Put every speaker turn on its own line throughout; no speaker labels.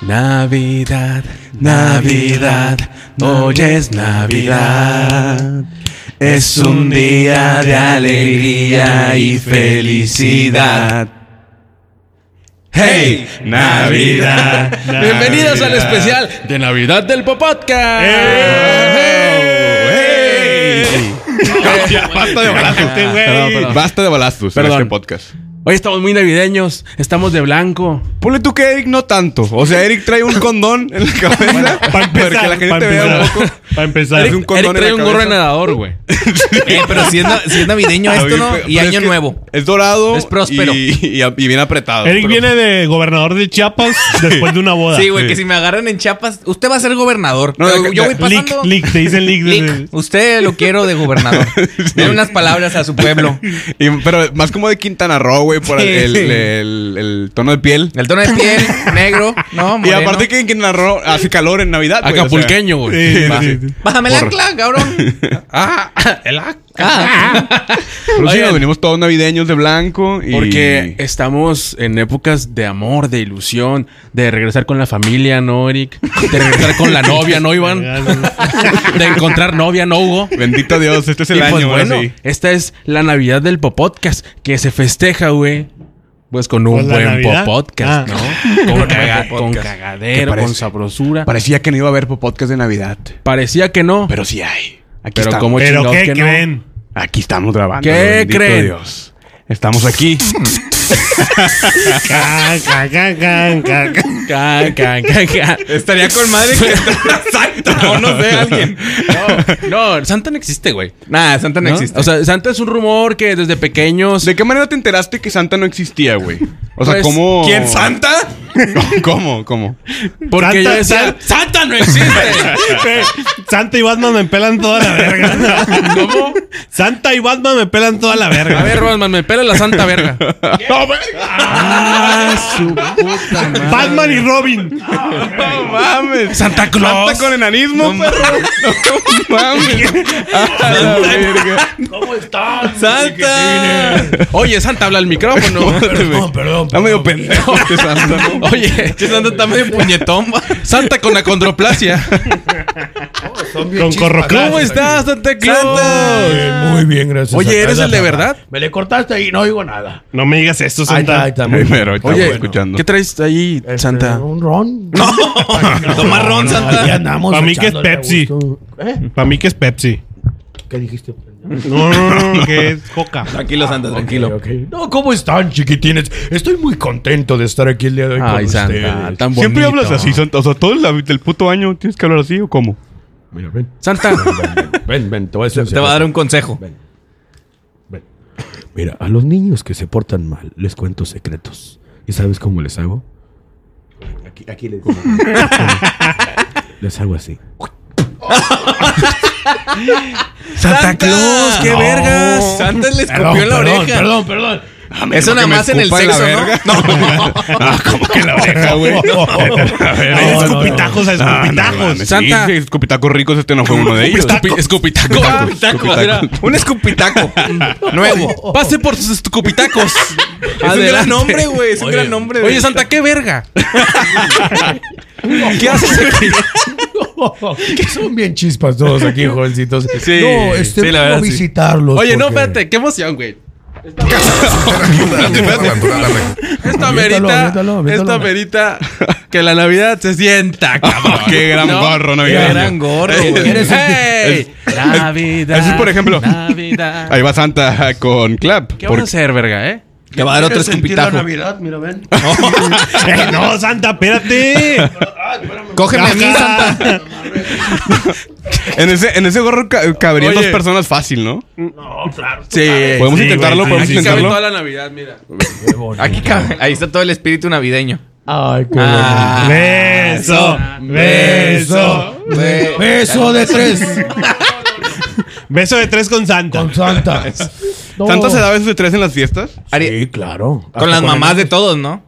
Navidad, Navidad, hoy es Navidad. Es un día de alegría y felicidad. ¡Hey! navidad, Bienvenidos al
Navidad.
especial de Navidad del Popodcast.
¡Ey!
¡Hey!
Ya, basta de balazos, güey.
Perdón, perdón.
Basta de balazos en
Perdón.
este podcast.
Hoy estamos muy navideños, estamos de blanco.
Ponle tú que Eric no tanto. O sea, Eric trae un condón en la cabeza
Para
para
empezar,
que la gente
para
vea un
empezar,
poco.
Para empezar.
Eric- Un condón en
Eric trae
la
un gorro de
cabeza.
nadador, güey.
Eh, pero si es, na- si es navideño esto, ¿no?
Pero
Y
es
año
que
Ah, pues,
nuevo.
Es dorado.
Es próspero.
Y, y- y bien apretado.
Eric
Pero-
viene de gobernador de Chiapas después de una boda.
Sí, güey, que si me agarran en Chiapas, usted va a ser gobernador.
No,
Pero
de-
yo voy
de-
pasando.
Lick, lick, te dicen lick.
Lick. Usted lo quiero de gobernador. Dele unas palabras a su pueblo.
y- pero más como de Quintana Roo, güey, por
Sí.
el, el- el- el tono de piel.
El tono de piel, negro, ¿no?
Y
Moreno.
aparte que en Quintana Roo hace calor en Navidad. güey, o sea.
Acapulqueño, güey.
Sí, sí,
Va.
sí, sí.
Bájame el ancla, cabrón.
Ah, el ac-
Ah,
Pero sí,
Oigan.
nos venimos todos navideños de blanco. Y...
Porque estamos en épocas de amor, de ilusión, de regresar con la familia, ¿no, Eric? De regresar con la novia, ¿no, Iván? De encontrar novia, ¿no, Hugo?
Bendito Dios, este es
Y
el
pues
año. ahora
bueno,
sí.
esta es la Navidad del Popodcast, que se festeja, güey. Pues con un
¿Con la
buen
Navidad?
Popodcast,
Ah.
¿no? Con, caga- con
¿Qué
cagadero,
parece?
con sabrosura.
Parecía que no iba a haber podcast de Navidad.
Parecía que no,
Pero sí hay. Aquí
pero
estamos.
como
Pero
chingados
¿qué
que no.
creen?
Aquí estamos grabando.
¿Qué
bendito
creen?
Dios. Estamos aquí.
Ca, ca, ca, ca, ca, ca.
Ca, ca, ca, ca.
Estaría con madre que
O no sé, alguien. No, no, Santa no existe, güey.
ah,
Nah, Santa no,
¿No?
existe.
O sea, Santa es un rumor que desde pequeños.
¿de qué manera te enteraste que Santa no existía, güey? O sea,
Pues,
¿cómo?
¿quién,
Santa? ¿Cómo? ¿Cómo?
Porque
Santa-
yo decía,
San-
¡Santa no existe!
Eh, Santa y Batman me pelan toda la verga.
¿Cómo?
Santa y Batman me pelan toda la
A
verga.
ver, Rosman, me pela la santa verga.
Ah, su puta madre. Batman y Robin.
No mames.
Santa Claus.
Santa con enanismo, perro. No mames. A la verga.
¡Santa! Oye, Santa, habla al micrófono.
Perdón, perdón. Está medio pendejo este Santa. ¿no?
Oye, Santa está medio puñetón. Santa con acondroplasia.
Con corroclás.
¿Cómo estás, Santa Claus?
Muy bien, gracias.
Oye,
a
¿eres
Dios,
el de
papá.
verdad?
Me le cortaste ahí, no digo nada.
No me digas eso,
Ahí está,
Santa.
ahí está, muy bien.
Primero, estamos
Oye,
escuchando.
¿Qué traes ahí,
Este,
Santa?
¿Un ron?
Toma ron,
Ahí
Santa.
andamos.
Pa' mí que es
echándole a
Pepsi.
gusto. ¿Eh?
Para mí que es Pepsi.
¿Qué dijiste?
No, no, no, que es coca.
Tranquilo, Santa, tranquilo.
Ok, ok. No, ¿cómo están, chiquitines? Estoy muy contento de estar aquí el día de hoy
Ay,
con
Santa,
ustedes.
tan bonito.
Siempre hablas así, Santa. O sea, todo el, el puto año tienes que hablar así o cómo?
Mira, ven.
Santa.
Ven, ven, te voy a decir-
Te va a dar un consejo.
Ven. Mira, a los niños que se portan mal les cuento secretos. ¿Y sabes cómo les hago? Aquí, aquí les les hago así.
Santa Claus, qué vergas.
Santa le escupió en la oreja.
Perdón, perdón.
Eso nada más en el sexo, ¿no? No.
como que la oreja, güey. A ver,
Ay,
no, no,
escupitajos,
no, no,
escupitajos.
no, mames.
Santa.
Sí, escupitajos ricos, este no fue uno de ellos.
Escupi- Escupitaco.
Escupitaco.
Mira,
Un escupitaco. Nuevo.
Pase por sus escupitacos.
Es un gran nombre, güey. Es un
Oye.
gran nombre. de-
Oye, Santa, qué verga. ¿Qué haces aquí?
que son bien chispas todos aquí, jovencitos.
Sí,
no, este,
sí, la
vengo a
verdad, sí.
visitarlos.
Oye, no,
porque-
espérate, qué emoción, güey.
Espérate, espérate, espérate.
Esta
Aviéntalo,
merita,
aviéntalo, aviéntalo.
esta merita que la Navidad se sienta, cabrón.
Ah, Qué gran
¿No?
gorro,
Qué
navideño.
gran gorro, güey.
Eres un-
¡Ey! Navidad.
ese es, por ejemplo.
Navidad.
Ahí va Santa con clap.
¿Qué
Por-
vas a hacer, verga, eh?
Te va a dar otro
¿Quieres sentir la
escupitajo.
Navidad? Mira, ven.
Eh, no, Santa, espérate.
Cógeme a mí, Santa.
en, ese, en ese gorro ca- cabrían
Oye.
dos personas fácil, ¿no?
Sí.
Podemos
sí,
intentarlo,
güey,
podemos
Aquí cabe toda
intentarlo.
la Navidad, mira.
Aquí cabe- Ahí está todo el espíritu navideño.
Ay, qué
Ah.
Beso, beso.
bueno. Be- Beso de tres
Beso de tres con Santa.
con Santa. No.
¿Santa se da besos de tres en las fiestas?
Ari-
Sí, claro.
Con las mamás de todos, ¿no?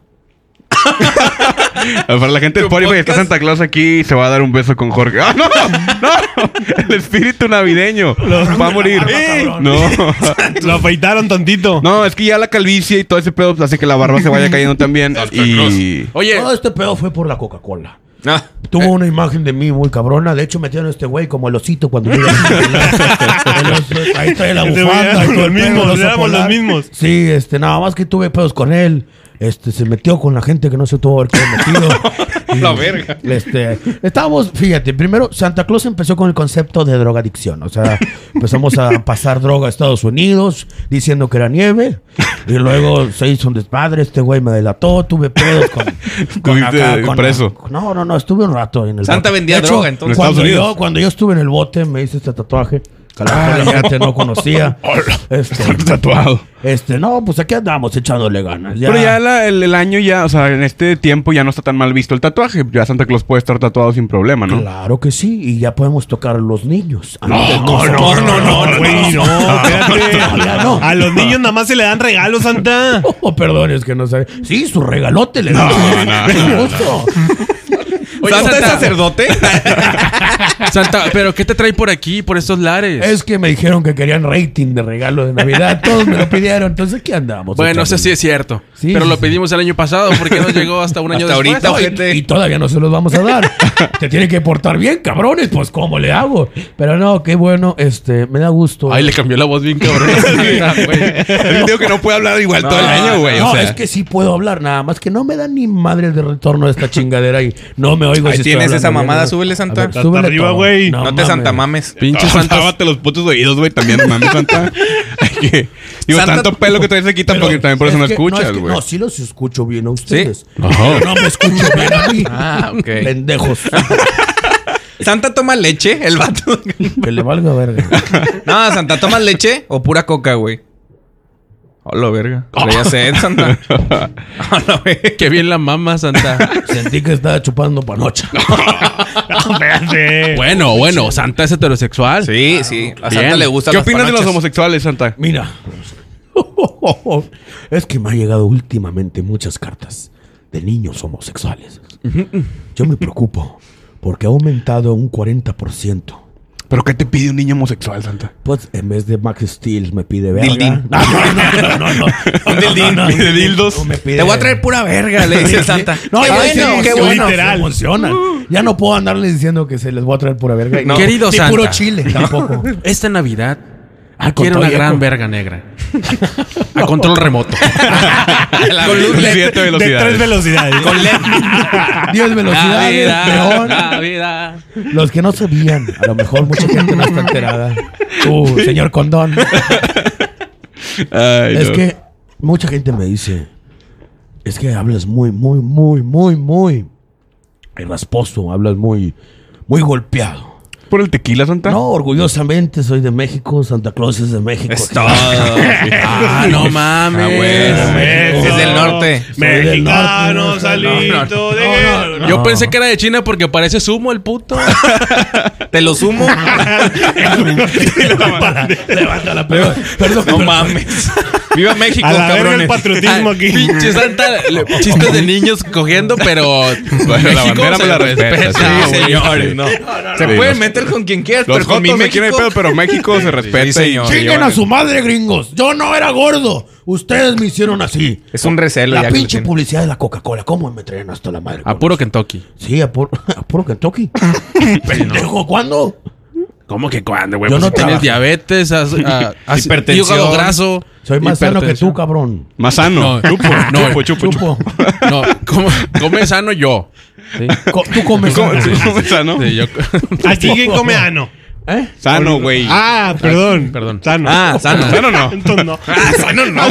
Ah, Para la gente de Spotify, está Santa Claus aquí y se va a dar un beso con Jorge. ¡Ah, no! ¡No! El espíritu navideño va a morir. No.
Lo afeitaron tantito.
No, es que ya la calvicie y todo ese pedo pues, hace que la barba se vaya cayendo también.
Santa
y.
Oye,
Todo este pedo fue por la Coca-Cola.
Ah,
Tuvo una imagen de mí muy cabrona. De hecho, metieron a este güey como el osito cuando llega. El oso- Ahí trae la
Te
bufanda.
veíamos los
y todo el pedo,
mismos,
el oso
éramos los
polar.
mismos.
Sí, este, nada más que tuve pedos con él. Este, se metió con la gente que no se tuvo que haber metido. Y,
La verga.
Este, estábamos, fíjate, primero Santa Claus empezó con el concepto de drogadicción. O sea, empezamos a pasar droga a Estados Unidos diciendo que era nieve. Y luego se hizo un desmadre. Este güey me delató. Tuve pedos con. con
Estuviste preso.
no, no, no, estuve un rato en el
Santa
bote.
vendía
De hecho,
droga, entonces.
En Estados
Cuando
Unidos.
yo, cuando yo estuve en el bote, me hice este tatuaje. que a lo mejor la gente no conocía. Este,
Ah, tatuado.
este, no, pues aquí andamos echándole ganas.
Pero ya la- el, el año ya, o sea, en este tiempo ya no está tan mal visto el tatuaje. Ya Santa Claus puede estar tatuado sin problema, ¿no?
Claro que sí, y ya podemos tocar a los niños. Antes
No, no, no, no, güey, no,
no,
espérate.
no.
A los niños nada más se le dan regalos, Santa.
Oh, perdón, es que no sabe. Sí, su regalote le da. Gusto.
oye,
¿Usted es
Santa,
sacerdote?
Santa, pero ¿qué te trae por aquí, por estos lares?
Es que me dijeron que querían rating de regalo de Navidad. Todos me lo pidieron. Entonces, ¿qué andamos?
Bueno,
Echando-
eso sí es cierto.
Sí,
pero
sí,
lo
sí.
pedimos el año pasado porque no llegó hasta un año
Hasta
después.
ahorita,
No, y-
ojete.
Y todavía no se los vamos a dar. Te tiene que portar bien, cabrones. Pues, ¿cómo le hago? Pero no, qué bueno. Este, me da gusto.
Ay, le cambió la voz bien cabrón.
Yo digo que no puede hablar igual todo el año, güey.
Ah, No,
o sea.
es que sí puedo hablar, nada más que no me dan ni madre de retorno de esta chingadera y no me oigo
Ahí
Pues si estoy
tienes esa
hablando bien.
mamada, súbele, Santa.
A ver,
Hasta
súbele
arriba,
todo.
güey.
No, te santa mames.
Pinche
No,
Santa.
lávate los putos oídos, güey, también, mames, Santa. Ay, que- Digo,
Santa-
tanto pelo que traes aquí
Pero
porque también por eso
es
no
que-
escuchas,
es que-
güey.
No, sí los escucho bien a ustedes.
Ajá.
Pero no me escucho bien a mí.
Ah, ok.
Pendejos.
¿Santa toma leche, el vato?
Que le valga verga.
no, Santa, ¿toma leche o pura coca, güey? Hola, verga. Ya sé, Santa. Hola, verga.
Oh. Qué bien la mama, Santa.
Sentí que estaba chupando panocha.
Espérate.
Bueno, bueno, Santa es heterosexual.
Sí, sí. A
Bien.
Santa le gusta
¿Qué opinas de los homosexuales, Santa?
Mira. Es que me han llegado últimamente muchas cartas de niños homosexuales. Yo me preocupo porque ha aumentado un 40%.
¿Pero qué te pide un niño homosexual, Santa?
Pues en vez de Max Steel me pide verga.
Dildín.
No, no, no, no, no.
Un dildín,
No, no, no.
de dildos.
Me pide-
Te voy a traer pura verga, le dice el Santa.
No,
Qué
ya
bueno,
se-
qué
se-
bueno.
Literal. Se emocionan. Ya no puedo andarles diciendo que se les voy a traer pura verga.
No.
Querido
Ni
Santa.
puro chile tampoco.
Esta Navidad
Ah, con
quiero
todo
una
y eco.
gran verga negra. A control remoto.
Con luz LED.
Siete
De tres
velocidades.
velocidades.
Con LED.
10 velocidades, peón.
vida.
Los que no sabían, a lo mejor mucha gente no está enterada. Tú, señor Condón.
Ay,
Es
no.
que mucha gente me dice, es que hablas muy, muy, muy, muy, muy rasposo, hablas muy, muy golpeado.
¿Por el tequila, Santa?
No, orgullosamente soy de México, Santa Claus es de México.
Es todo.
Ah, no mames.
Ah, bueno.
Eso.
Es del norte.
Soy del norte, no,
Mexicano,
no,
salito de guerra.
Yo pensé que era de China porque parece sumo el puto.
Te lo sumo.
Levanta la pelota. Perdón,
No
perdón.
mames. Viva México,
A la verga
cabrones.
el patriotismo
Ah,
aquí.
Pinche Santa, le- chistes de niños cogiendo, pero
Bueno, la
México
bandera
se
me la
respeta,
respeta.
sí,
güey.
señores, no. Se
Sí,
pueden
los-
meter con quien quieras,
Los
pero con mi
jotos me quieren
México.
pedo, pero México se respeta. y
señor.
se
Chinguen
llevan-
a su madre, gringos. Yo no era gordo. Ustedes me hicieron así.
Es un recelo
La
ya que
pinche
le tienen.
publicidad de la Coca-Cola. ¿Cómo me traen hasta la madre?
A puro Kentucky.
Sí, a puro, a puro Kentucky. Pendejo, ¿cuándo?
¿Cómo que cuándo, güey?
Yo
Pues
no
si tienes
trabajo.
diabetes, as- a- as-
Hipertensión.
hígado graso.
Soy más sano que tú,
hipertensión.
cabrón.
Más sano.
No,
Chupo,
no, eh,
chupo, chupo, chupo.
Chupo.
No, come, come sano yo.
Co- tú comes.
¿Cómo- sí,
sano.
cómo es sano?
Sí, yo-
Aquí quien come ah, ano.
¿Eh?
Sano, güey.
Ah, perdón.
perdón.
Sano.
Ah, sano.
Sano no.
Entonces no.
Ah,
Sano no,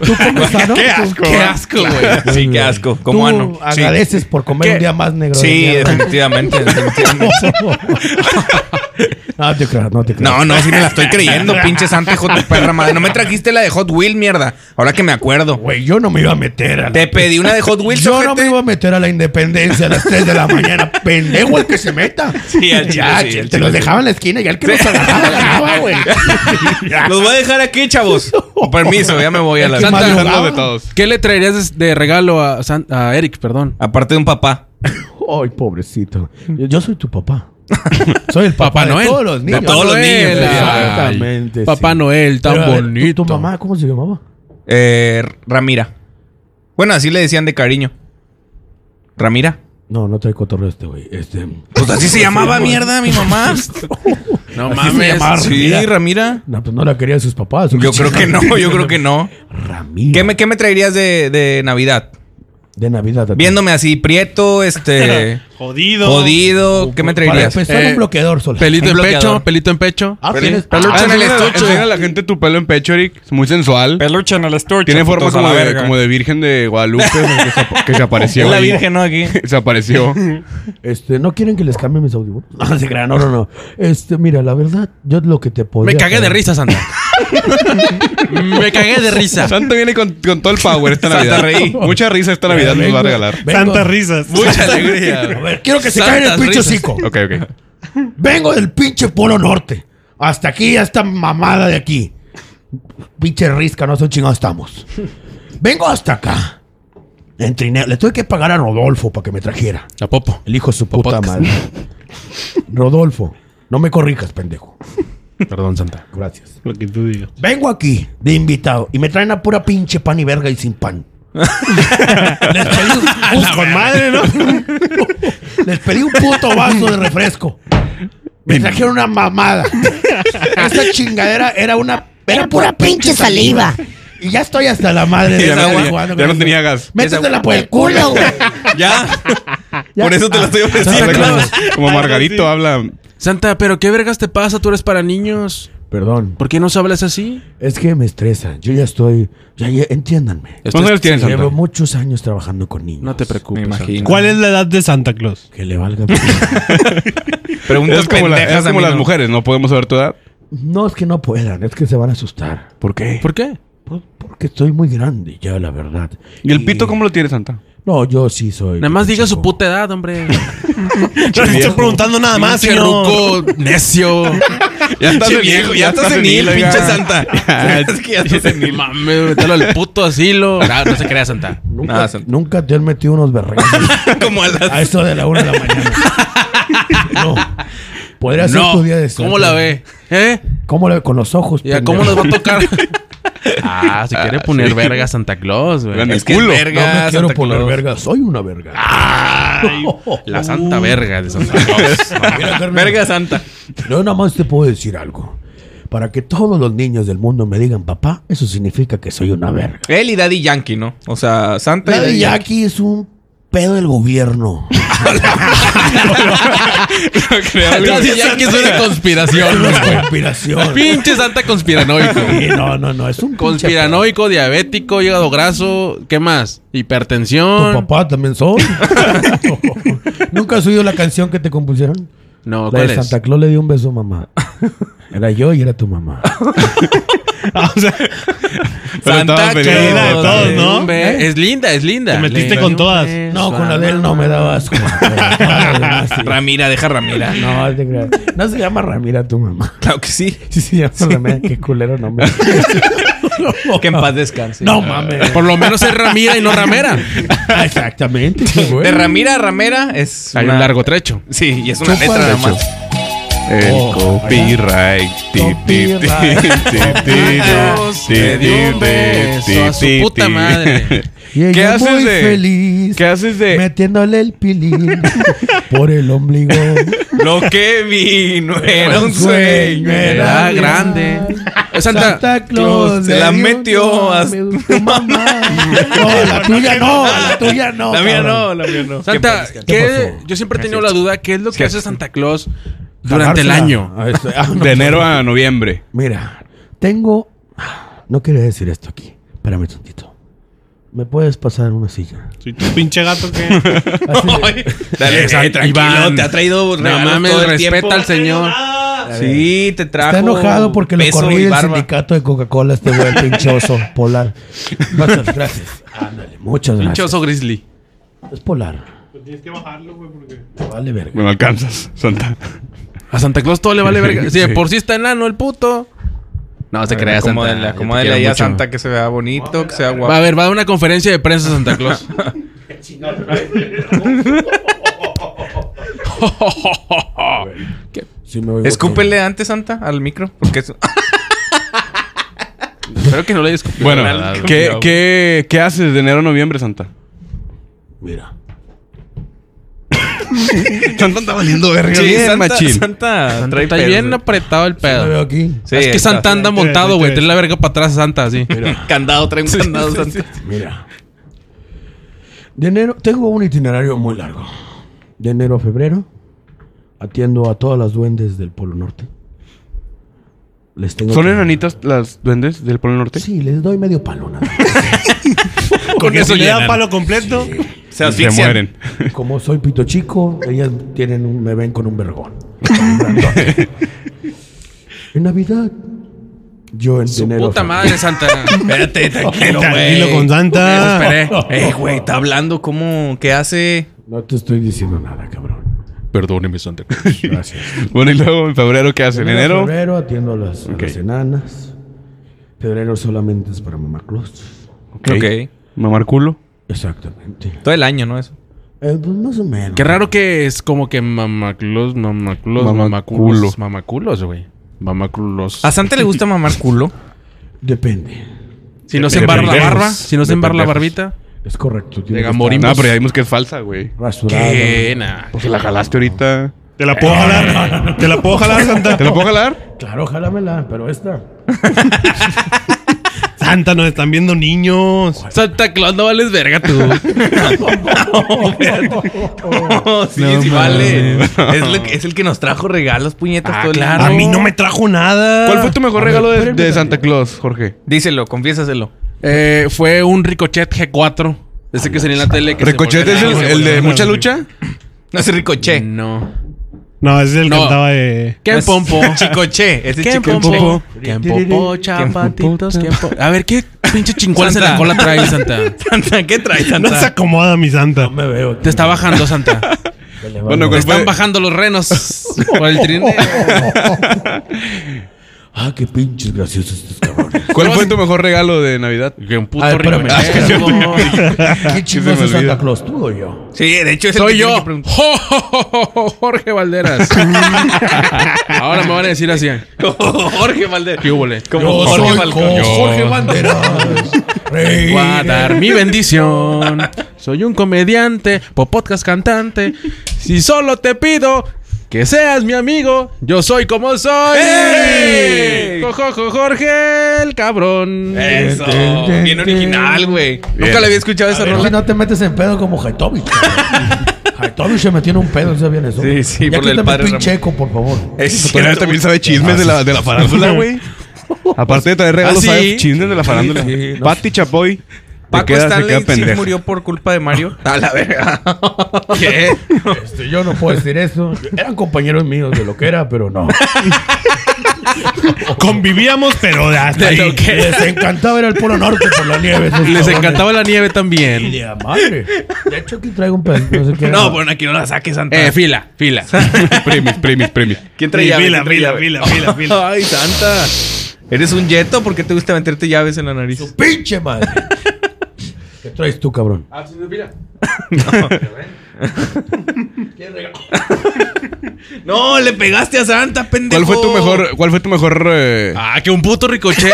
¿Tú comes sano?
Qué asco.
Qué asco, güey.
¿eh? Sí, qué asco. Como
Tú
ano. Sí.
agradeces por comer
¿Qué?
un día más negro. de
Sí,
mierda.
definitivamente. definitivamente.
No te creas, no te creas.
No, no, sí me la estoy creyendo, pinche santa hijo de perra madre. No me trajiste la de Hot Wheels, mierda. Ahora que me acuerdo.
Güey, yo no me iba a meter a la-
Te pedí una de Hot Wheels,
Yo no
ojete.
me iba a meter a la independencia a las 3 de la mañana. Pendejo el que se meta.
Sí, al chile,
ya,
sí,
che,
al
te
chile,
los
sí.
dejaba en la esquina y al que los agarraba, ganaba, güey.
Los voy a dejar aquí, chavos. Permiso, ya me voy a la
Santa-
Santa-
ah.
Hablando de todos.
¿Qué le traerías de, de regalo a, San- a Eric, perdón?
Ah,
Aparte de un papá.
Ay, pobrecito. Yo, yo soy tu papá. Soy el papá,
Papá
de
Noel.
todos los niños.
Papá
todos los
Noel,
niños,
ay.
Exactamente,
Papá
sí.
Noel, tan
Pero, a ver, ¿tu-
bonito.
¿Tu mamá cómo se llamaba?
Eh, Ramira. Bueno, así le decían de cariño. Ramira.
No, no trae cotorreo este güey. Este,
Pues así se llamaba mierda mi mamá. Pues,
No
Así se
mames.
llamaba.
Sí, Ramira.
no, pues no la querían sus papás.
Yo creo que no, yo creo que no.
Ramiro.
¿Qué me, qué me traerías de, de Navidad?
De Navidad. a ti.
Viéndome así, prieto, este.
Jodido.
jodido. ¿Qué me
Para
traerías?
empezar,
Eh,
un bloqueador solo.
Pelito
Un
en
bloqueador.
pecho, pelito en pecho.
Ah, tienes
peluche en el
enseña a la-
estuche.
enseña a la gente tu pelo en pecho, Eric. Es muy sensual.
Peluche en el estuche.
Tiene forma
putos, a
como
la
de,
verga.
como de virgen de Guadalupe que, se, ap- que se apareció.
Es la
ahí.
virgen, ¿no? Aquí.
Se apareció.
Este, ¿no quieren que les cambie mis audífonos? No, se crean, no, no, no. Este, mira, la verdad, yo lo que te podría...
Me cagué de
traer-
risa, Santa. Me cagué de risa.
Santa viene con, con todo el power esta Navidad. Mucha risa esta Navidad nos va a regalar.
Vengo-
Santas risas.
Mucha alegría.
A ver, quiero que se caiga en el
Santas
pinche
risas.
hocico.
Ok, ok.
Vengo del pinche Polo Norte. Hasta aquí, hasta mamada de aquí. Pinche risca, no sé chingados estamos. Vengo hasta acá. En trineo. Le tuve que pagar a Rodolfo para que me trajera.
La popo.
El hijo de su puta madre. Rodolfo, no me corrijas, pendejo.
Perdón, Santa.
Gracias.
Lo que tú digas.
Vengo aquí de invitado y me traen a pura pinche pan y verga y sin pan. Les pedí un,
Con madre, ¿no?
Les pedí un puto vaso de refresco. Me trajeron una mamada. Esa chingadera era una. Era pura pinche saliva. Y ya estoy hasta la madre de
Ya,
la
no
madre
tenía-
jugando
ya
con
no
eso.
tenía gas.
Métetela por el culo, güey.
Ya. Por eso te la estoy ofreciendo.
Habla como, como Margarito habla.
Santa, pero qué vergas te pasa, tú eres para niños.
Perdón,
¿Por qué nos hablas así?
es que me estresa. Yo ya estoy. Ya, ya- entiéndanme.
¿Cuántos años tienes, Santa?
Llevo muchos años trabajando con niños.
No te preocupes.
Me imagino.
¿Cuál es la edad de Santa Claus?
Que le valga.
Preguntas
Es como, la-
pendejas
es
a
como
mí,
las
¿no?
mujeres, no podemos saber tu edad.
no es que no puedan, es que se van a asustar.
¿Por qué?
¿Por qué?
Pues, Porque estoy muy grande ya, la verdad.
¿Y el pito cómo lo tienes, Santa?
No, yo sí soy.
Nada más diga su
puta
puta edad, hombre.
No le estoy preguntando nada más,
Pinche
señor.
ruco, necio.
Ya estás
Pinche viejo, ya estás en el pinche Santa. Es que ya estás en
Ni mames, mételo al puto asilo. No, no se crea, Santa.
Nunca,
Nada, Santa.
nunca te han metido unos berregas
Como a las.
a eso de la una de la mañana. No. Podría ser tu
No.
día de Santa.
¿Cómo la ve? ¿Eh?
¿Cómo la ve? Con los ojos.
¿Y a cómo nos
pendejo.
va a tocar? Ah, se quiere poner
sí.
verga Santa Claus, güey.
Gran
Es que es
culo.
No me
verga,
quiero
Santa
poner
Claus.
verga. Soy una verga.
La santa verga de Santa Claus.
Mira, carnal,
Verga santa.
Yo nada más te puedo decir algo. Para que todos los niños del mundo me digan papá, eso significa que soy una verga.
Él y Daddy Yankee, ¿no? O sea, Santa y
La
Daddy
de
Yankee.
Jackie es un pedo del gobierno.
Daddy Yankee es una conspiración,
Es
güey.
una conspiración.
Pinche santa conspiranoico.
Sí, no, no, no. Es un pinche
Conspiranoico, diabético, hígado graso, ¿qué más?
Tu
Hipertensión.
papá también soy. ¿Nunca has oído la canción que te compusieron?
No,
la
¿cuál
de
es?
Santa Claus le dio un beso a mamá. Era yo y era tu mamá.
O sea,
Santa
Santa
querida de
Claus.
todos,
Eh,
¿no?
un be- Es linda, es linda.
Te metiste
Le-
con todas.
No, con la de él no me daba asco. Ah, sí.
Ramira, deja Ramira.
No, no te creas. No se llama Ramira tu mamá.
Claro que sí.
Sí, se llama Ramira. Qué culero nombre.
Que en paz descanse.
No mames. Ah,
Por lo menos es Ramira y no Ramera.
Exactamente. qué
De
bueno.
Ramira a Ramera es.
Hay
una-
un largo trecho.
Sí, y es una
Chupa
letra
de
nada más.
El
Oh,
copyright. Ti, ti, ti, ti, ti, ti,
Dios,
ti,
le dio
ti,
un beso a su
ti, ti,
puta
ti.
madre.
Y ella
¿Qué haces
muy
de-
feliz.
¿Qué haces de
Metiéndole el pilín por el ombligo.
Lo que vino era un
Un sueño,
sueño.
Era
Era
grande. Eh,
real.
Santa,
Claus
se
le
la
dio
metió
un
a-
beso tu mamá. No, la tuya no, la tuya no.
La mía
cabrón.
no, la mía no.
Santa,
Que en paz
¿qué-
pasó?
yo siempre he tenido la duda, ¿qué es lo que hace Santa Claus durante
Jalársela.
el año?
Ah, eso- ah, no.
de enero a noviembre?
Mira, tengo. No quería decir esto aquí. Espérame tantito. ¿Me puedes pasar una silla?
Soy tu pinche gato que.
Así de-
descanse. Dale,
Eh, San-
eh, tranquilo,
Iván.
te ha traído
No
Pues regalos
mames,
todo el
respeta
tiempo.
al señor.
Sí, te trajo.
Está enojado porque lo
beso
corrí
y
del
barba.
sindicato de Coca-Cola este güey, el pinche oso polar. Muchas gracias. Ándale, muchas gracias.
Pinchoso Grizzly.
Es polar. Tienes que Pues bajarlo, güey, porque. Vale, verga.
Me lo alcanzas, Santa.
A Santa Claus todo le vale verga. Si de
Sí.
por sí está enano el puto. No, se crea Santa.
Acomódenle,
Yo te quiero
acomódenle ahí a
mucho.
Santa que se vea bonito, que sea
Va a
guapo.
ver, va a dar una conferencia de prensa Santa Claus.
Sí me oigo
Escúpele antes, Santa, al micro, porque es...
Espero que no le hayas escupido.
Bueno,
nada,
¿qué,
güey.
qué, ¿qué haces de enero a noviembre, Santa?
todo. Mira.
Santa anda valiendo verga.
Sí,
bien,
Santa,
machín.
Santa trae
Está
pedos,
bien
güey.
apretado el
Me veo
pedo.
aquí.
Sí,
es que
está-
Santa anda
Ahí te ves,
montado,
ahí
güey.
te
Tiene la verga para atrás Santa, así.
Candado, trae un candado, Santa.
Mira. De enero, tengo un itinerario muy largo. De enero a febrero, atiendo a todas las duendes del Polo Norte. Les tengo
¿Son
que-
enanitas las duendes del Polo Norte?
Sí, les doy medio palo nada.
Con eso
Si le da
llenan.
palo completo.
Se
Se
asfixian.
mueren.
Como soy pito chico, ellas tienen un- me ven con un vergón. en Navidad, yo en
Su
enero a
puta
febrero.
madre, Santa. Espérate, tranquilo,
Tranquilo con Santa.
Esperé.
Ey, güey, está hablando como que hace...
No te estoy diciendo nada, cabrón.
Perdóneme, Santa.
Gracias.
Bueno, y luego en febrero, ¿qué hacen? ¿En
a
enero?
Febrero atiendo a las, a
Ok.
las enanas. Febrero solamente es para mamá Claus.
Ok.
Mamar culo.
Exactamente.
Todo el año, ¿no? Eso.
Eh, pues más o menos.
Qué raro que es como que mamaclos, mamaclos,
Mamaculo.
mamaculos, mamaculos, güey. Mamaculos.
¿A Santa le gusta mamar culo?
Depende.
Si no
de
se embarra la
pendejos.
barba, si no se
De
embarra la
pendejos.
barbita.
Es correcto. tiene
De
que
Gamborín.
estar
No, pero ya vimos que es falsa, güey.
Rasurado.
¿Qué? Nah.
Pues la jalaste ahorita.
Te la puedo jalar. Te la puedo jalar, Santa.
¿Te lo puedo jalar?
Claro, jálamela, pero esta.
Santa, nos están viendo niños.
Santa Claus, no vales verga tú.
No, sí, sí vale. Es, lo que- es el que nos trajo regalos, puñetas,
Ah,
todo el
claro.
A
año.
mí no me trajo nada.
¿Cuál fue tu mejor regalo de, de Santa Claus, Jorge?
Díselo, confiésaselo.
Eh, fue un Ricochet G4. Ese que salía en la tele. que se
¿Recochete es el,
volvió loco,
el de
güey.
mucha lucha?
No es Ricoche.
No.
No, ese es el que
No.
andaba de.
¿Qué
Es
pompo?
Chicoche. Ese
¿Qué
chicoche.
pompo? ¿Qué pompo? Chapatitos. ¿Qué pompo? A ver, ¿qué pinche chingón se la
Santa.
cola trae, Santa?
Santa, ¿qué traes,
No se
Santa?
acomoda mi Santa.
Me veo.
Te está bajando, Santa.
Bueno,
Te
¿cuál
están
fue?
bajando los renos por el trineo.
Ah, qué pinches graciosos estos cabrones.
¿Cuál fue tu mejor regalo de Navidad?
Que un puto
Ay,
rico
espérame. ¿Qué
se
chingados
me
es Santa
olvida.
Claus? ¿Tú o yo?
Sí, de hecho es el
Soy
que tiene que
yo.
preguntar.
Jo, jo, jo, jo, Jorge Valderas. Ahora me van a decir así.
Jorge Valdez.
¿Qué hubo, le?
Como Jorge Falcón.
Jorge Banderas. Rey.
Voy a dar mi bendición. Soy un comediante, po- podcast cantante. Si solo te pido que seas mi amigo, yo soy como soy.
¡Ey!
Jo, jo, jo, Jorge, el cabrón.
Eso.
Ten, ten,
Bien original,
ten.
güey.
Bien.
Nunca le había escuchado esa
Pero si
rola.
no te metes en pedo como Haitovich. Haitovich se metió en un pedo, ¿sabes bien eso?
Sí, sí,
ya
por el
quítame
padre Ramón.
pincheco, por favor.
Es
Pero
cierto.
también sabe chismes de la, de la farándula, güey. Aparte de traer regalos,
¿Ah, sí?
sabe chismes de la farándula.
Sí, no
Pati Chapoy. te
Paco
queda- se queda
Stanley sí
pendeja.
murió por culpa de Mario. A la verga. ¿Qué?
Este, yo no puedo decir eso. Eran compañeros míos de lo que era, pero no.
Convivíamos, pero de hasta
De
ahí.
lo que-
Les encantaba ir al Polo Norte por la nieve. esos
Les
cabrones.
encantaba la nieve también.
Y de madre. De hecho, aquí traigo un pedo. No, pues, sé qué
No,
era.
bueno, aquí no la saques, Santa.
Eh, fila, fila.
Primis, primis, primis.
¿Quién
Sí,
trae llaves?
fila,
¿Quién trae
fila,
llave?
fila, fila, fila.
Ay, Santa. ¿Eres un yeto? ¿Por qué te gusta meterte llaves en la nariz?
Pinche madre. Ah, ¿Qué traes tú, cabrón?
No, le pegaste a Santa, pendejo.
¿Cuál fue tu mejor, cuál fue tu mejor eh,
Ah, que un puto ricochet.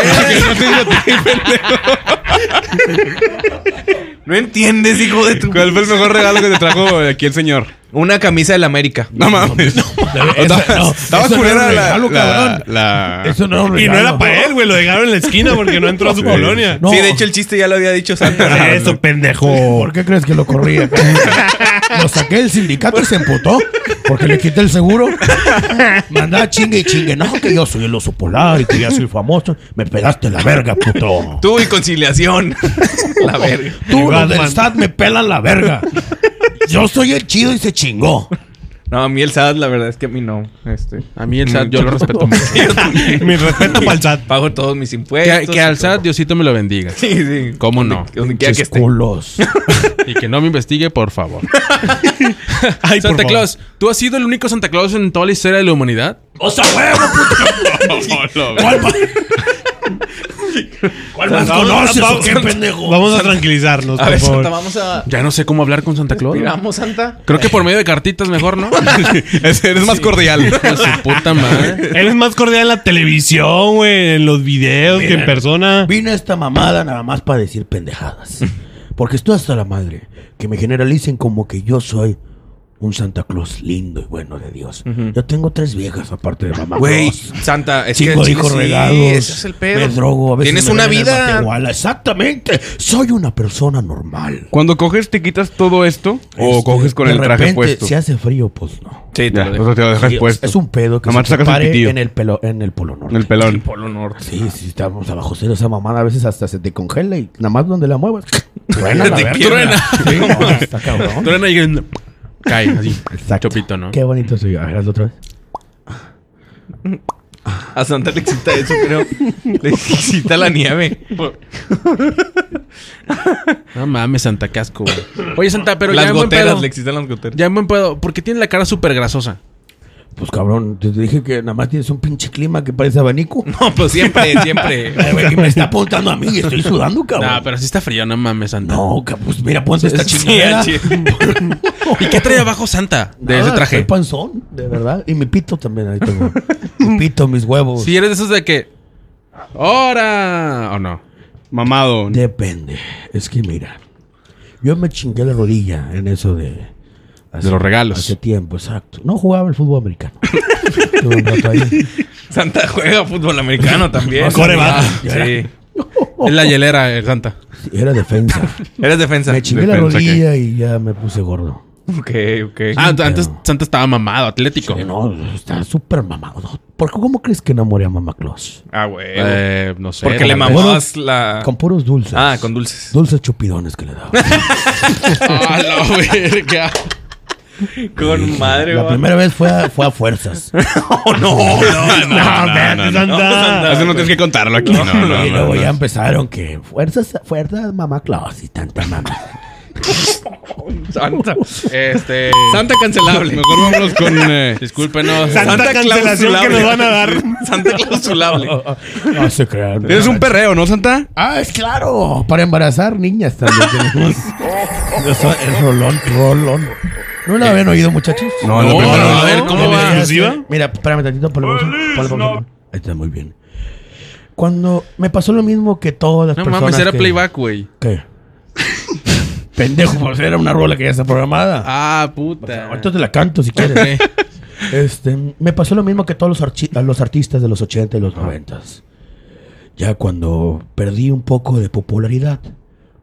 No entiendes, hijo de tu.
¿Cuál fue el mejor regalo que te trajo aquí el señor?
Una camisa del América.
No mames.
Esa- no,
Estaba
eso no
culera
era un
la,
regalo,
la,
cabrón.
la-
Eso no era un
Y no
regalo.
era para él, güey. Lo dejaron en la esquina porque no entró a su colonia.
No.
Sí, de hecho el chiste ya lo había dicho Santa.
Eso, pendejo.
¿Por qué crees que lo corría? cabrón? lo saqué del sindicato y se emputó porque le quité el seguro. Mandaba chingue y chingue. No, que yo soy el oso polar y que ya soy famoso. Me pegaste la verga, puto.
Tú y conciliación. la verga.
Tú, los del
Batman.
SAT me pelan la verga. Yo soy el chido y se chingó.
No, a mí el SAT, la verdad es que a mí no. Este.
A mí el SAT, yo lo respeto mucho.
Mi respeto para el SAT.
Pago todos mis impuestos.
Que, que al SAT, Diosito me lo bendiga.
Sí, sí.
¿Cómo no?
Donde quiera que
Pinches
esté.
culos.
Y que no me investigue, por favor.
Ay,
Santa
por favor.
Claus, ¿tú has sido el único Santa Claus en toda la historia de la humanidad?
¡O sea, huevo, puto! ¿Cuál, va- ¿Cuál más conoces o qué pendejo?
Vamos a tranquilizarnos,
A
por
ver,
favor.
Santa, vamos a.
Ya no sé cómo hablar con Santa Claus.
Miramos, Santa.
Creo que por medio de cartitas mejor, ¿no?
Es- Eres más cordial.
A su puta madre.
Él es más cordial en la televisión, güey, en los videos que en persona.
Vine a esta mamada nada más para decir pendejadas. Porque estoy hasta la madre. Que me generalicen como que yo soy un Santa Claus lindo y bueno de Dios. Yo tengo tres viejas aparte de mamá.
Güey,
Claus.
Santa, es
Cinco
que.
hijos
sí,
regados.
ese es el pedo.
Me drogo. A veces
Tienes
me
una
ven en
vida.
Matehuala. Exactamente. Soy una persona normal.
Cuando coges, te quitas todo esto o
Este,
coges con
de
el traje
repente,
puesto.
Si hace frío, pues no.
Sí, te
Ya,
lo
o
dejo.
sea, te lo dejas
Sí,
puesto.
Es un pedo que
Nomás
se
sacas un
pare
pitillo.
en el, pelo, en el polo norte.
En el pelón.
Polo Norte.
Sí, sí, estamos abajo cero. Esa mamada a veces hasta se te congela y nada más donde la muevas. Truena la
Te
verga.
truena.
Sí, no, está cabrón.
Truena y cae así.
Exacto.
Chopito, ¿no?
Qué bonito soy. A ver, hazlo otra vez.
A Santa le excita eso, creo. Le excita la nieve.
No mames, Santa Casco, güey. Oye, Santa, pero ya
las
en buen
goteras,
pedo.
le excitan las goteras.
Ya en buen pedo. ¿Por qué tiene la cara súper grasosa?
Pues cabrón, te te dije que nada más tienes un pinche clima que parece abanico.
No, pues siempre, siempre.
Ay, güey, que me está apuntando a mí y estoy sudando,
No,
cabrón.
pero sí está frío, no mames, Santa.
Ah, No, que pues mira, ponte esta
Sí,
chingadera.
sí. ¿Y qué trae abajo Santa de
Nada,
ese
Soy
traje?
panzón, de verdad. Y mi pito también, ahí tengo. mi pito, mis huevos.
Si eres de esos de que. ¡Hora! ¿O no?
Mamado.
Depende. Es que mira, yo me chingué la rodilla en eso de. hace-
De los regalos.
Hace tiempo, exacto. No jugaba el fútbol americano. Tuve un rato ahí.
Santa juega fútbol americano también.
No, coreback.
Ah, Sí.
Es la hielera, el Santa.
Era defensa.
Eres defensa.
Me chingué la
Defensa,
rodilla y ya me puse gordo.
Ok, ok.
Ah, antes Santa estaba mamado, atlético.
Que Eh, no, está súper mamado. ¿Por qué, ¿Cómo crees que enamoré a mamá Claus?
Ah, güey.
Eh, no sé.
Porque le
la-
mamabas la.
Con puros dulces.
Ah, con dulces.
Dulces chupidones que le daba.
¡Ah, la verga!
Con madre,
La primera vez fue a, fue a fuerzas.
No, espérate, Santa.
Eso no tienes que contarlo aquí. No, no,
y
no,
luego
no.
ya empezaron que fuerzas, fuerzas, mamá Claus y tanta mamá.
Santa.
Este.
Santa cancelable.
Mejor vámonos con. eh,
Discúlpenos.
Santa cancelación que nos van a dar.
Santa clausulable.
No se crean.
Eres un perreo, ¿no, Santa?
Ah, es claro. Para embarazar niñas también tenemos. Eso, el rolón, rolón. ¿No lo habían oído, muchachos?
No,
lo primero
no,
no.
a ver, ¿cómo
Debería
va?
ser.
¿Exclusiva?
Mira, espérame tantito. ponle pausa, ponle pausa. Ahí está, muy bien. Cuando me pasó lo mismo que todas las
No
personas
mames, era
que-
playback, güey.
¿Qué? Pendejo, pues era una rola que ya está programada.
Ah, puta.
Ahorita te la canto si quieres. este, me pasó lo mismo que todos los, archi- a los artistas de los 80 y los 90. Ya cuando perdí un poco de popularidad,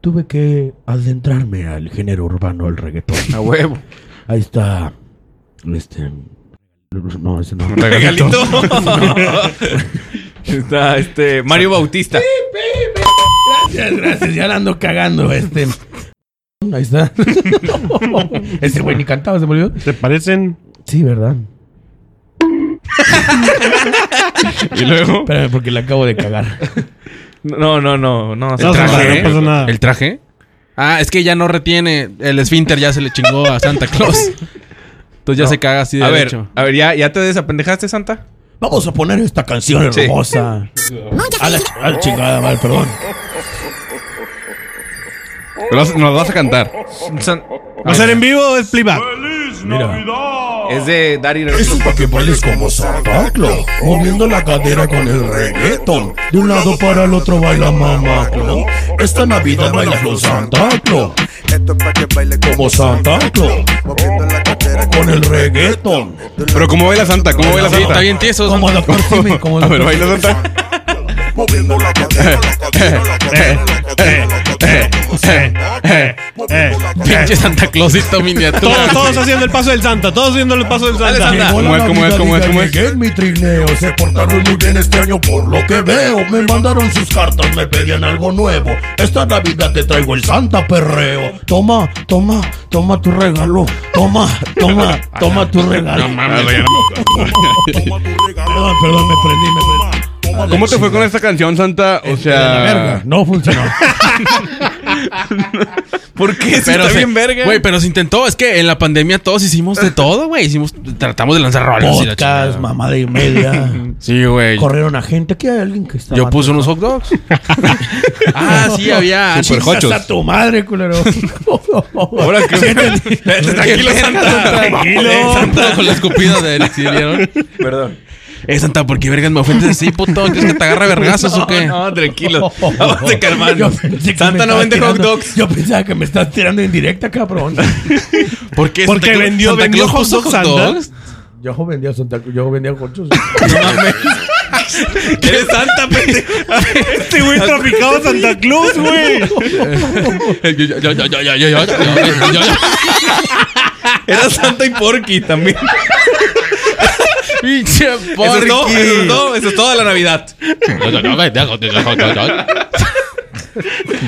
tuve que adentrarme al género urbano del reggaetón.
A huevo.
Ahí está. Este. No, ese no.
Regalito. Está este. Mario Bautista.
Gracias, gracias. Ya la ando cagando. Este. Ahí está. ese güey ni cantaba, se me olvidó.
¿Te parecen?
Sí, ¿verdad?
Y luego.
Espérame, porque la acabo de cagar.
No, no, no,
No,
no.
traje,
Santa,
¿eh?
no pasa nada.
¿El traje? Ah, es que ya no retiene. El esfínter ya se le chingó a Santa Claus. Entonces ya se caga así de
A ver,
derecho.
a ver, ¿ya, ya te desapendejaste, Santa?
Vamos a poner esta canción
Sí.
hermosa. A, la, a la chingada, mal, perdón.
lo vas- Nos vas a cantar.
San-
¿Va a ser en vivo o es playback?
Mira.
Es de Daddy
Es un que bailes como Santa Claus, moviendo la cadera con el reggaeton.
De un lado para el otro baila mamá Claus. Esta Navidad baila con Santa Claus.
Esto es para que baile
Como Santa Claus.
moviendo la cadera
Con el reggaeton.
Pero ¿cómo baila Santa? ¿Cómo baila
Sí, está
Santa?
bien tieso.
Como
Santa.
doctor Simi. Como
A ver,
Dr.
baila Santa.
moviendo la cadera, la cadera, la cadera, la cadera, la cadera, como Santa Claus,
Eh,
moviendo la cadera.
Pinche Santa Clausito miniatura.
Todos, todos haciendo el paso del Santa, todos haciendo el paso del Santa.
Santa.
Llegó la
¿Cómo es, cómo es, cómo es,
Navidad y
cómo es?
llegué en mi trineo se portaron muy bien este año por lo que veo. Me mandaron sus cartas, me pedían algo nuevo. Esta Navidad te traigo el Santa Perreo. Toma, toma, toma tu regalo. Toma, toma, toma tu regalo.
Toma tu regalo,
Perdón, perdón, me prendí, me prendí.
toma
¿Cómo te fue con esta canción, Santa? O
De la
sea.
verga, no funcionó.
¿Por qué? Si
Pero
está
se-
bien verga.
Güey, pero se intentó. Es que en la pandemia todos hicimos de todo, güey. Hicimos, tratamos de lanzar rolas y la chingada.
Podcast, mamada y media.
Sí, güey.
Corrieron a gente. Aquí hay alguien que está.
Yo puse unos hot dogs. ah, sí, había.
Super hot.
Chingas a tu madre, culero.
Ahora que... Tranquilo, Santa.
Tranquilo. Santa con la escupida de él, ¿sí vieron?
Perdón.
Eh, Santa, ¿por qué vergas me ofendes así, puto? ¿Crees que te agarra vergazos o qué?
No, tranquilo. Vamos a calmarnos.
Yo pensé que me
Santa no
estabas
vende hot
tirando-
dogs.
Yo pensaba que me estás tirando en directa, cabrón.
¿Por qué? Santa
Porque
Claus-
vendió-
Santa
vendió
Claus
hot
puso
dogs,
hot
Santa.
dogs.
Yo vendía Santa Cruz, yo vendía conchos.
Eres Santa, pendejo.
Este güey traficaba a Santa Claus, güey.
Eh, yo- yo- yo- yo- yo- yo- yo- yo- yo- yo-
Era Santa y Porky también.
Pinche
Eso es todo,
porqui.
eso es todo, eso es toda la Navidad.
Yo- yo- yo- yo- yo- yo- yo- yo-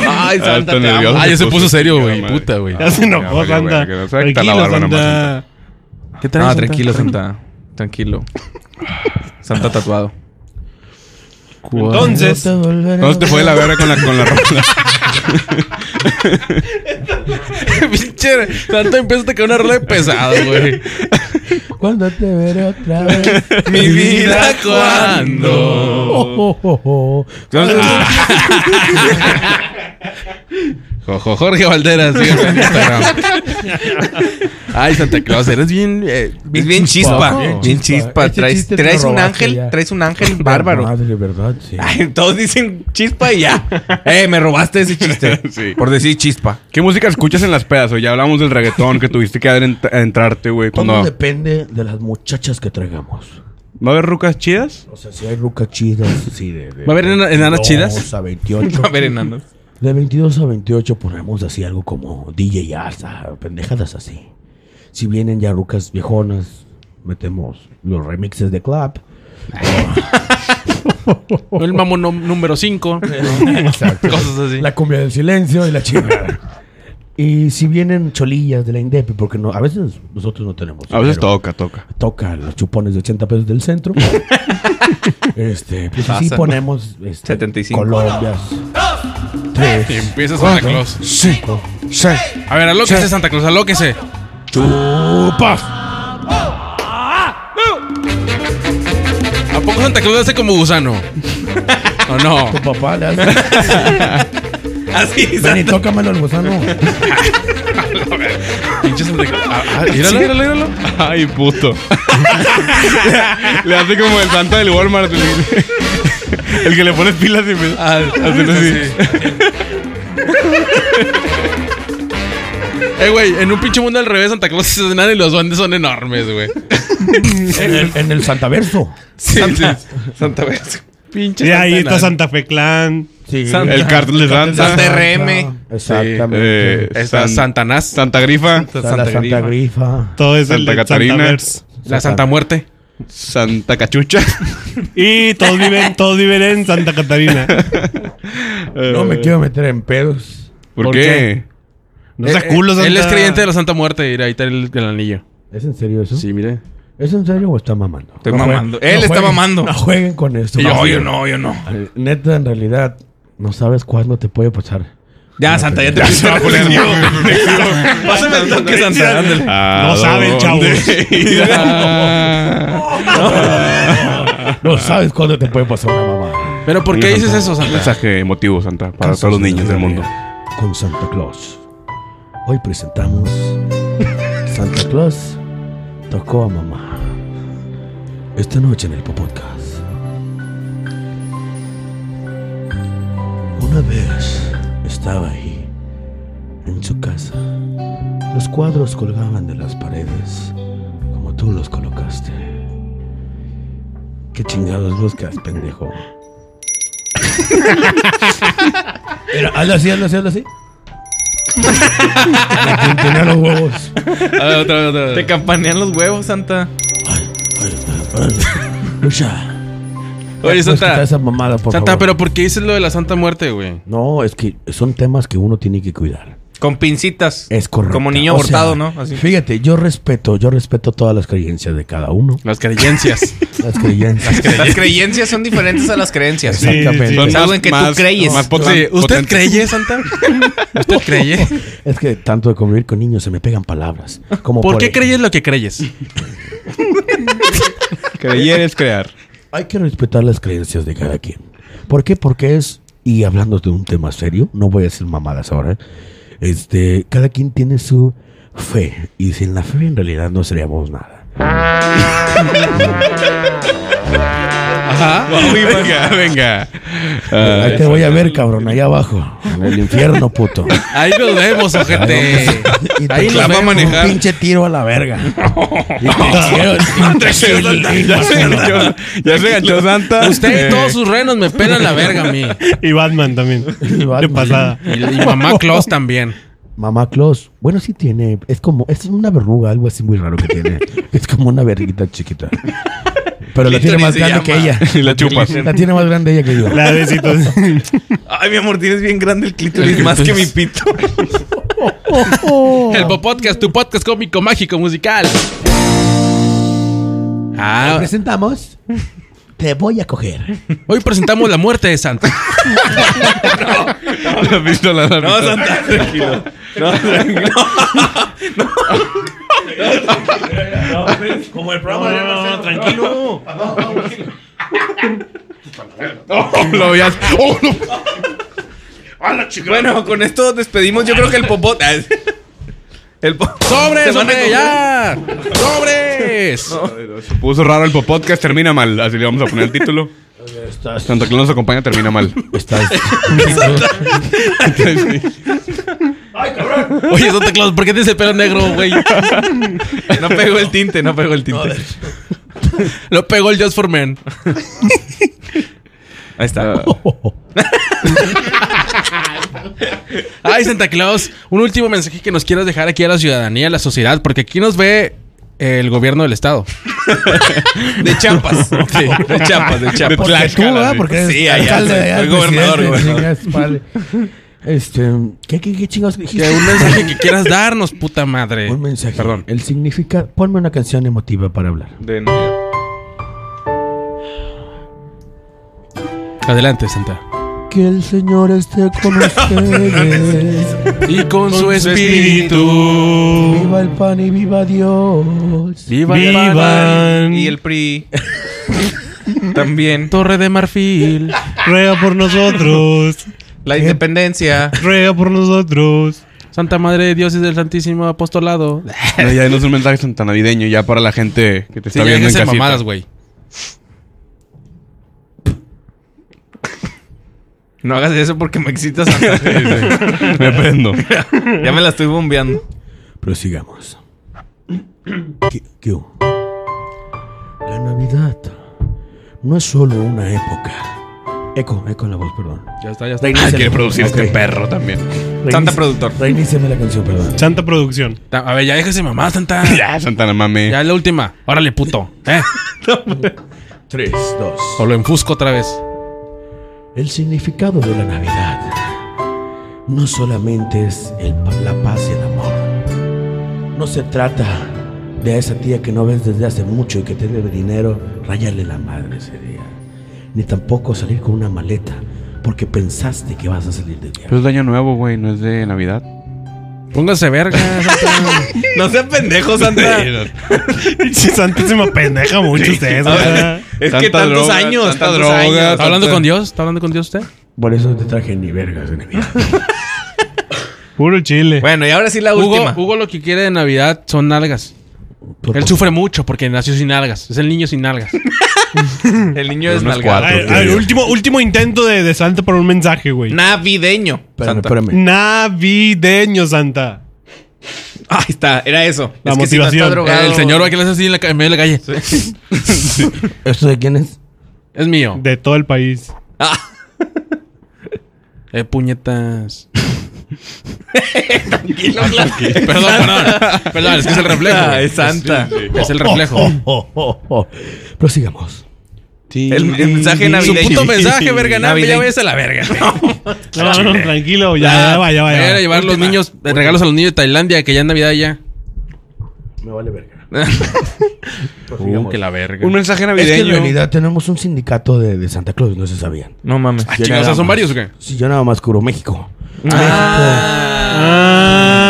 Ay, Santa,
Alto
te amo.
nervioso.
Ah, ya se puso serio,
Ya,
güey.
madre.
Puta, güey.
Ya se
Ya,
enojó,
vale,
Santa.
verga. Se va a quitar la
Tranquilo,
barba nomás,
Santa.
¿Qué traes,
Ah,
Santa?
tranquilo, Santa. Tranquilo. Santa tatuado.
Entonces,
No se te fue la verga con la, con la rola.
Pinche. Santa empieza a tocar una rola de pesado, güey.
¿Cuándo te veré otra vez?
Mi vida,
¿cuándo?
Oh, oh, oh.
Jojo, Jorge Valderas, síganme en Instagram. Ay, Santa Claus, eres bien. eh,
Bien, bien chispa, bien, chispa.
Este
Traes,
chiste te
traes
lo
un
robaste
ángel,
ya.
traes un ángel bárbaro.
Madre, verdad, sí.
Ay, todos dicen chispa y ya. Eh, me robaste ese chiste.
Sí.
Por decir chispa.
¿Qué música escuchas en las pedas? güey? Ya hablamos del reggaetón que tuviste que adent- entrarte, güey.
Todo
Cuando...
depende de las muchachas que traigamos.
¿Va a haber rucas chidas?
O sea, si hay rucas chidas, sí, de, de
¿Va a haber ena- enanas
22
chidas?
a 28.
A ver, Hernando.
De 22 a 28 ponemos así algo como DJ Asa, pendejadas así. Si vienen ya rucas viejonas, metemos los remixes de club.
El mamón nom- número 5.
Exacto.
Cosas así.
La cumbia del silencio y la chingada. y si vienen cholillas de la Indepe, porque no, a veces nosotros no tenemos.
A veces
dinero.
toca, toca.
Toca los chupones de 80 pesos del centro. este, pues así
Pasa.
ponemos este,
75.
Colombias. Pues,
Y
Tres,
empieza Santa Claus.
cinco, seis.
A ver, alóquese, Santa Claus, alóquese.
¡Chupa!
¿A poco Santa Claus hace como gusano? ¿O no?
Tu papá le hace.
Así,
Ven y
Santa.
tócamelo el gusano.
Pinche Santa Claus. Ah, ah, Míralo, míralo, míralo.
Ay, puto. le hace como el santa del Walmart. El, el que le pones pilas y
Ah,
empieza a hacerle así.
Eh, güey, en un pinche mundo al revés, Santa Claus es enano y los duendes son enormes, güey.
en, el, en el Santaverso.
Sí, sí.
Santa vez.
Pinche
y ahí
enano.
está Santa Fe Clan.
Sí.
Santa-
El cartel de santa.
Santa RM.
Exactamente.
Eh,
Está
San-
Santanás.
Santa grifa.
Está la Santa, Grifa.
Todo es el
Santa
de
Catarina.
Santaverse.
La Santa Muerte.
Santa cachucha.
Y todos viven, todos viven en Santa Catarina.
No me quiero meter en pedos.
¿Por,
¿Por Eh,
qué?
No seas culo, Santa.
Él es creyente de la Santa Muerte. Mira, ahí está el, el anillo.
¿Es en serio eso?
Sí, mire.
¿Es en serio o está mamando?
Estoy
jue-
mamando. Él está
jueguen-
mamando.
No jueguen con esto.
No, yo no, yo no.
Eh, Neta, en realidad, no sabes cuándo te puede pasar.
Ya, Santa, ya te vas a Pásame el toque, Santa. Ándale.
No saben, chavos.
No sabes cuándo te puede pasar una mamá.
Pero ¿por qué dices eso,
Un
Santa?
mensaje emotivo, Santa, para todos los niños del mundo.
Con Santa Claus. Hoy presentamos Santa Claus tocó a mamá. Esta noche en el Podcast. Una vez estaba ahí, en su casa. Los cuadros colgaban de las paredes, como tú los colocaste. ¿Qué chingados buscas, pendejo? Era, hazlo así, hazlo así, hazlo así. Me tintinean los huevos.
A ver, otra vez, otra vez.
Te campanean los huevos, Santa.
Lucha.
Oye,
¿puedes quitar
Santa.
esa mamada, por
Santa,
favor?
pero ¿por qué dices lo de la Santa Muerte, güey?
No, es que son temas que uno tiene que cuidar.
Con pincitas.
Es correcto.
Como niño
O sea,
abortado, ¿no? Así.
Fíjate, yo respeto, yo respeto todas las creencias de cada uno.
Las creencias.
Las creencias.
Las creencias son diferentes a las creencias.
Sí, sí.
Son
Es algo en que tú creyes.
más pot-
Sí, ¿Usted
potentes.
creye, Santa? ¿Usted creye?
Es que tanto de convivir con niños se me pegan palabras. Como
¿Por qué creyes lo que creyes?
Creer es crear.
Hay que respetar las creencias de cada quien. ¿Por qué? Porque es, y hablando de un tema serio, no voy a decir mamadas ahora, este, cada quien tiene su fe. Y sin la fe en realidad no seríamos nada.
venga, venga.
Ahí te voy a ver, cabrón, allá abajo. En el infierno, puto.
Ahí nos vemos, ojete.
Y te
Ahí nos
clavan
vemos.
manejar.
Un pinche tiro a la verga. Y te quiero-
Ya se enganchó, ya se enganchó Santa.
Usted
Eh,
y todos sus renos me pelan la verga a mí.
Y Batman también.
Batman.
De pasada.
Y, y mamá Claus también.
Mamá Claus. Bueno, sí tiene. Es como. Es una verruga, algo así muy raro que tiene. es como una verguita chiquita. Pero la tiene
Clítoris
más
se
grande
llama.
que ella.
Y la chupas.
La tiene más grande ella que yo.
La besito.
Ay, mi amor, tienes bien grande el clítoris,
El
más que mi
clítoris.
pito.
Oh.
El Popodcast, tu podcast cómico, mágico, musical.
Te
Ah,
presentamos. Te voy a coger.
hoy presentamos la muerte de Santa.
La pistola, la
No,
pistola.
Santa, tranquilo. No, tranquilo.
Como el programa de
tranquilo.
Lo veas. ¡Oh, no!
Bueno, con esto despedimos. Yo creo que el popot. Ah, es- El po-
¡Sobres,
Se van a
hombre,
comer.
ya! ¡Sobres!
Se puso raro el podcast, termina mal. Así le vamos a poner el título. Santa Claus nos acompaña, termina mal.
Estás.
Oye, Santa Claus, ¿por qué tienes el pelo negro, güey?
No pegó el tinte, no pegó el tinte.
Lo pegó el Just for Men.
Ahí está.
Ay, Santa Claus, un último mensaje que nos quieras dejar aquí a la ciudadanía, a la sociedad, porque aquí nos ve el gobierno del estado.
De champas. Sí, de champas, de champas.
Porque tú,
Tlaxcala,
¿verdad?
sí.
Porque eres
Sí, allá,
alcalde de
soy-
allá,
soy gobernador,
presidente, chingas, vale. Este. ¿Qué, qué, qué chingados dijiste?
Que un mensaje que quieras darnos, puta madre.
Un mensaje.
Perdón.
El significa. Ponme una canción emotiva para hablar.
De-
Adelante, Santa.
Que el Señor esté con ustedes.
Y con, su espíritu.
espíritu.
Viva el pan y viva Dios.
Viva, el pan,
Vivan.
Y el PRI. También.
Torre de Marfil. Eh.
Ruega por nosotros.
La independencia.
Ruega por nosotros.
Santa Madre de Dios y del Santísimo Apostolado.
No, ya denos un mensaje santa navideño ya para la gente que te
Sí,
está
ya
viendo en
déjense de
casita.
mamadas, güey.
No hagas eso porque me excitas. Santa.
Me prendo.
Ya me la estoy bombeando.
Prosigamos. ¿Qué- qué hubo? La Navidad no es solo una época. Eco, eco en la voz, perdón.
Ya está, ya está.
Ah, quiere producir
Ok.
este perro también.
Santa productor.
Reiníciame la canción, perdón.
Santa Producción.
A ver, ya déjese mamá, Santa.
Ya, Santana mame.
Ya es la última. Órale, puto. ¿Eh?
Tres, dos.
O lo enfusco otra vez.
El significado de la Navidad no solamente es el pa- la paz y el amor. No se trata de esa tía que no ves desde hace mucho y que te debe dinero, rayarle la madre ese día. Ni tampoco salir con una maleta porque pensaste que vas a salir de
Pero
viaje.
es de año nuevo, güey, no es de Navidad.
Póngase verga, Santa.
No seas pendejo, Santa.
Santa se me pendeja mucho ustedes. ¿verdad?
Es que
Tanta
tantos
droga,
años.
tanta
tantos
droga,
años.
¿Está hablando con Dios? ¿Está hablando con Dios usted?
Por eso no te traje ni vergas de Navidad.
Puro chile.
Bueno, y ahora sí la
Hugo,
última.
Hugo lo que quiere de Navidad son nalgas. Él sufre mucho porque nació sin nalgas. Es el niño sin nalgas.
El niño es
Unos
A
nalgado.
cuatro.
ver, a ver, último, último intento de, de Santa por un mensaje, güey.
Navideño.
Espérame,
Santa.
espérame.
Navideño, Santa.
Ah, Ahí está, era eso.
La
que si no está
motivación.
drogado-
el señor va que le hace así en, la, ca- en medio de la calle.
¿Esto de quién es?
Es mío.
De todo el país.
Ah,
Eh, puñetas.
tranquilo, claro.
Perdón, perdón. Perdón, es que es el reflejo.
Ah,
güey.
es santa. Oh,
Es el reflejo.
Oh, oh, oh. Prosigamos.
El, el mensaje navideño.
Su puto
mensaje, verga, nada,
Navideño.
ya váyase a la verga.
No, no, tranquilo, ya, ya, va, ya, va, ya
Era
va.
llevar los niños, eh, regalos a los niños de Tailandia, que ya en Navidad ya.
Ah,
Ah,
Me vale verga.
Uh, que la verga.
Un mensaje
Es que en
navideño.
realidad tenemos un sindicato de, de Santa Claus, no se sabían.
No mames.
Ah, chinga, o sea, son varios o qué?
Si yo nada más cubro México.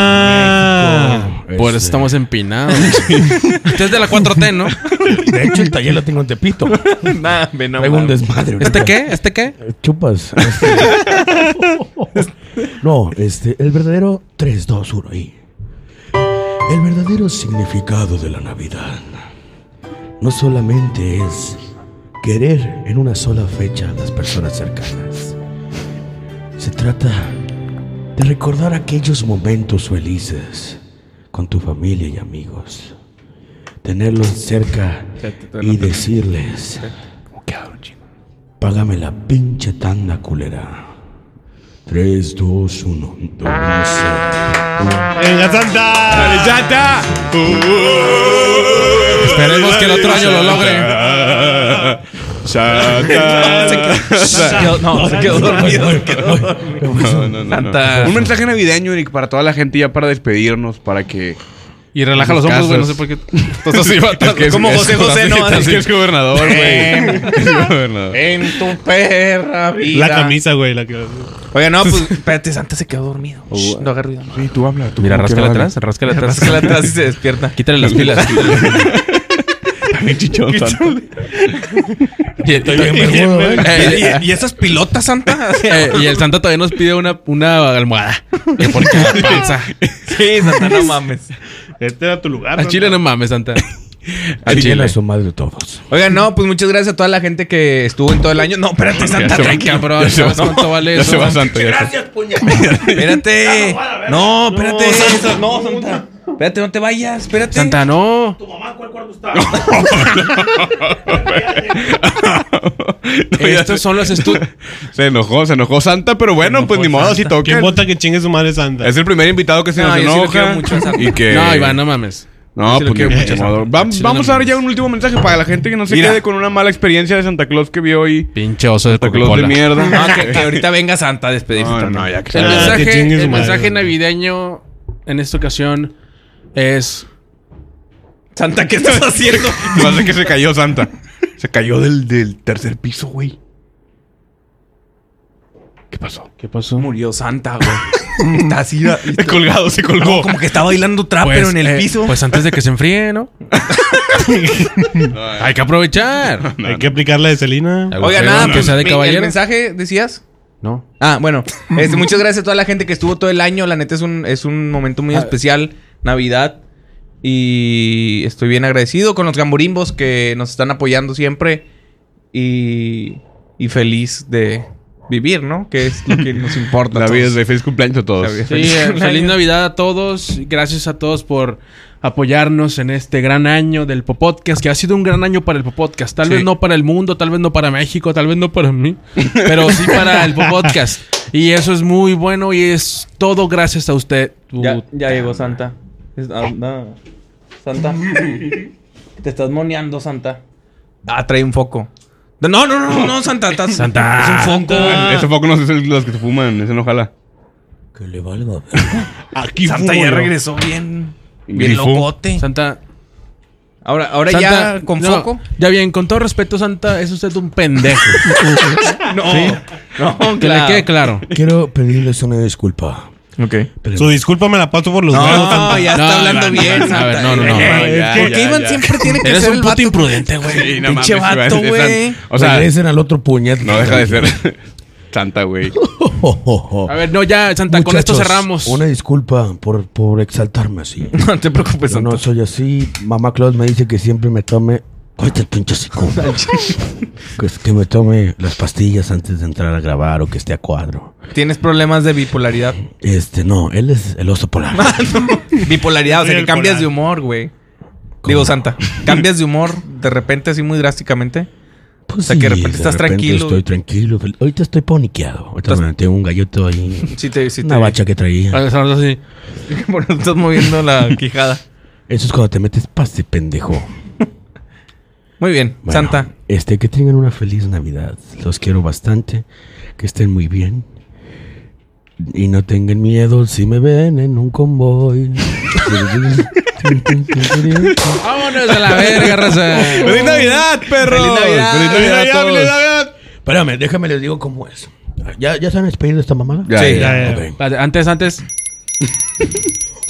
Ah.
México,
Por eso
este,
estamos empinados. Usted Este es de la 4T, ¿no?
De hecho, el taller lo tengo en Tepito.
Nah, ve, no
Traigo un
mames.
desmadre.
¿Este
ahorita.
qué? ¿Este qué?
Chupas. Este- no, este, el verdadero 3, 2, 1 y. El verdadero significado de la Navidad no solamente es querer en una sola fecha a las personas cercanas. Se trata de recordar aquellos momentos felices con tu familia y amigos. Tenerlos cerca y decirles. Págame la pinche tanda culera. 3, 2, 1, 12.
Venga, Santa.
¡Santa!
Esperemos que el otro año lo logre.
Yo- No, se quedó dormido. se quedó dormido.
No, no, no, no.
Santa.
Un mensaje navideño, Eric, para toda la gente ya para despedirnos, para que...
Y relaja los hombros, güey, no sé por qué. Entonces sí va
Es que es-
Como
es-
José José, ¿no?
Es que Eh. es gobernador, güey. Es gobernador.
En tu perra vida.
La camisa, güey. La que...
Oye, no, pues espérate, Santa se quedó dormido. Shh, no hagas ruido.
Sí, tú habla.
Mira, ráscale atrás, ráscale atrás.
Rasca la atrás y se despierta.
Quítale las pilas.
También chichón, Santa.
Y,
¿Y, y- y esas pilotas, Santa?
Eh, y el Santa todavía nos pide una, una almohada. Que por cada panza.
sí, Santa, no mames.
Este era tu lugar.
Al Ah, chile no mames, Santa.
Al
Chile.
chile.
a su madre todos.
Oigan, no, pues muchas gracias a toda la gente que estuvo en todo el año. No, espérate, Santa,
Ay,
tranquilo.
cabrón, ¿sabes cuánto vale
Ya
eso?
se va Santa. ya se-
Espérate. No, espérate.
No, Santa, no,
Santa. Espérate, no te vayas, espérate.
Santa, no.
No, ya
Estos
se-
son los estudios.
Se enojó, se enojó Santa, pero bueno, pues ni modo, si toca.
¿Quién vota que chingue su madre, Santa?
Es el primer invitado que se
No,
nos
yo sí lo
enoja.
quiero mucho a Santa.
y que...
No, Iván, no mames.
No,
Sí lo
pues
quiero
ni
mucho,
modo.
Santa.
Vam-
Sí,
vamos
no
a dar ya
mames.
un último mensaje para la gente que no se
Mira.
quede con una mala experiencia de Santa Claus que vio hoy.
Pinche oso de
Santa Claus de
Coca-Cola.
mierda. Eh,
No, que, que ahorita venga Santa a despedirse.
No, no,
también.
no, ya que
El
Ah, que
mensaje,
chingue su
el
madre.
mensaje navideño en esta ocasión es
Santa, ¿qué estás haciendo?
Lo hace que se cayó Santa. Se cayó del, del tercer piso, güey. ¿Qué pasó?
¿Qué pasó?
Murió Santa, güey. Está así,
Colgado, se colgó.
como que está bailando trap, Ah, pero en el piso.
Pues antes de que se enfríe, ¿no? Hay que aprovechar.
Hay que aplicar la de Selena.
Oiga, nada,
que
pues
sea de
mi- el
caballero.
mensaje, decías.
No.
Ah, bueno. Este, muchas gracias a toda la gente que estuvo todo el año. La neta es un, es un momento muy especial. Navidad. Y estoy bien agradecido con los gamborimbos que nos están apoyando siempre. Y, y feliz de vivir, ¿no? Que es lo que nos importa. a
La vida
todos.
es de feliz cumpleaños a todos.
La vida es
Sí, eh, feliz Navidad a todos. Gracias a todos por apoyarnos en este gran año del Popodcast, que ha sido un gran año para el Popodcast. Tal
Sí.
vez no para el mundo, tal vez no para México, tal vez no para mí, pero sí para el Popodcast. Y eso es muy bueno y es todo gracias a usted.
Ya, ya llegó Santa. Es- ah, no. Santa. Te estás moneando, Santa.
Ah, trae un foco. No, no, no, no, no, Santa. estás-
Santa.
Es un foco.
Ese foco no es el- los que se fuman, ese no jala.
Que le valga.
Aquí
Santa
fumo
ya
yo.
regresó bien. Bien
Grifo.
locote.
Santa,
Ahora, ahora
Santa,
ya con
no,
foco.
Ya bien, con todo respeto, Santa, es usted un pendejo.
No. No,
que le quede claro.
Quiero pedirles una disculpa. Pero
Su disculpa me la paso por los huevos,
No,
Santa.
ya
No,
está hablando
no, no,
bien.
no,
Santa.
a ver, no, no, no.
Eh,
Ya,
¿Por qué
ya,
Iván
ya.
siempre tiene que
Eres
ser
un
el
puto
vato?
imprudente, güey.
Sí,
Pinche
mames,
vato,
Iván, es
güey.
Santa. O sea,
regresen al otro puñet.
no deja de ser Santa, güey.
A ver, no, ya, Santa, con esto
Muchachos,
cerramos.
Una disculpa por, por exaltarme así.
No te preocupes,
Yo no
Santa.
soy así. Mamá Claus me dice que siempre me tome. Cállate el pinche hocico. que, que me tome las pastillas antes de entrar a grabar o que esté a cuadro.
Tienes problemas de bipolaridad.
Este, no, él es el oso polar.
Ah, Bipolaridad, o sea
Soy
que
el
cambias
polar.
de humor, güey. Digo, Santa, cambias de humor de repente así muy drásticamente.
Pues
O sea, que de repente estás tranquilo.
Estoy tranquilo. fel- Ahorita estoy poniqueado. Ahorita
Estás-
me tengo un galloto ahí.
Si te, si te,
Una bacha que traía.
Ah, Santa, sí.
Bueno, estás moviendo la quijada.
Eso es cuando te metes pase, pendejo.
Muy bien,
Bueno,
Santa.
Este, que tengan una feliz Navidad. Los quiero bastante. Que estén muy bien. Y no tengan miedo si me ven en un convoy.
Vámonos a la verga, raza.
¡Feliz Navidad, perro!
¡Feliz Navidad!
¡Feliz Navidad, a todos!
Espérame, déjame les digo cómo es. ¿Ya, ya se han despedido de esta mamada?
Ya,
Sí,
ya.
Ya, ya.
Ok.
Espérate, Antes, antes.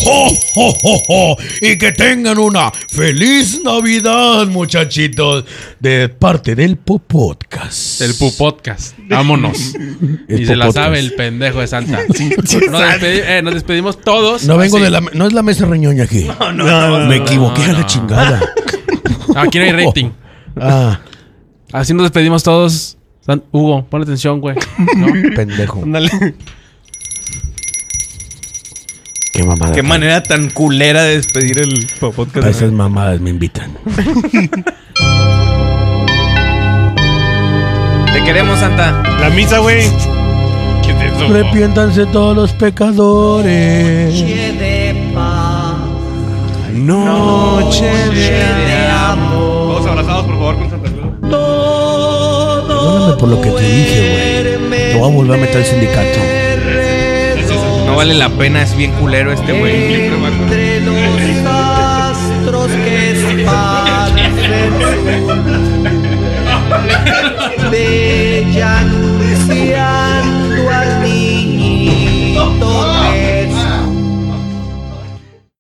¡Jo, jo, jo, jo! Y que tengan una feliz Navidad, muchachitos. De parte del Po Podcast.
El Pu Podcast. Vámonos.
El
y se la
Popodcast.
sabe el pendejo de Santa. Nos, despedi- eh, nos despedimos todos.
No vengo
Así.
de la. No es la mesa reñoña aquí.
No, no, no.
Me equivoqué a la chingada.
Aquí no hay rating.
Ah,
Así nos despedimos todos. San- Hugo, pon atención, güey. ¿No?
pendejo.
Ándale.
Qué mamada.
Qué manera tan culera de despedir el
A
podcast.
esas mamadas me invitan.
Te queremos, Santa.
La misa, güey. ¿Qué es
Arrepiéntanse todos los pecadores.
de paz,
Noche
de amor,
Todos abrazados, por favor, con Santa Claus.
Perdóname por lo que te dije, güey. Te voy a volver a meter al sindicato.
No vale la pena, es bien culero este güey.
entre los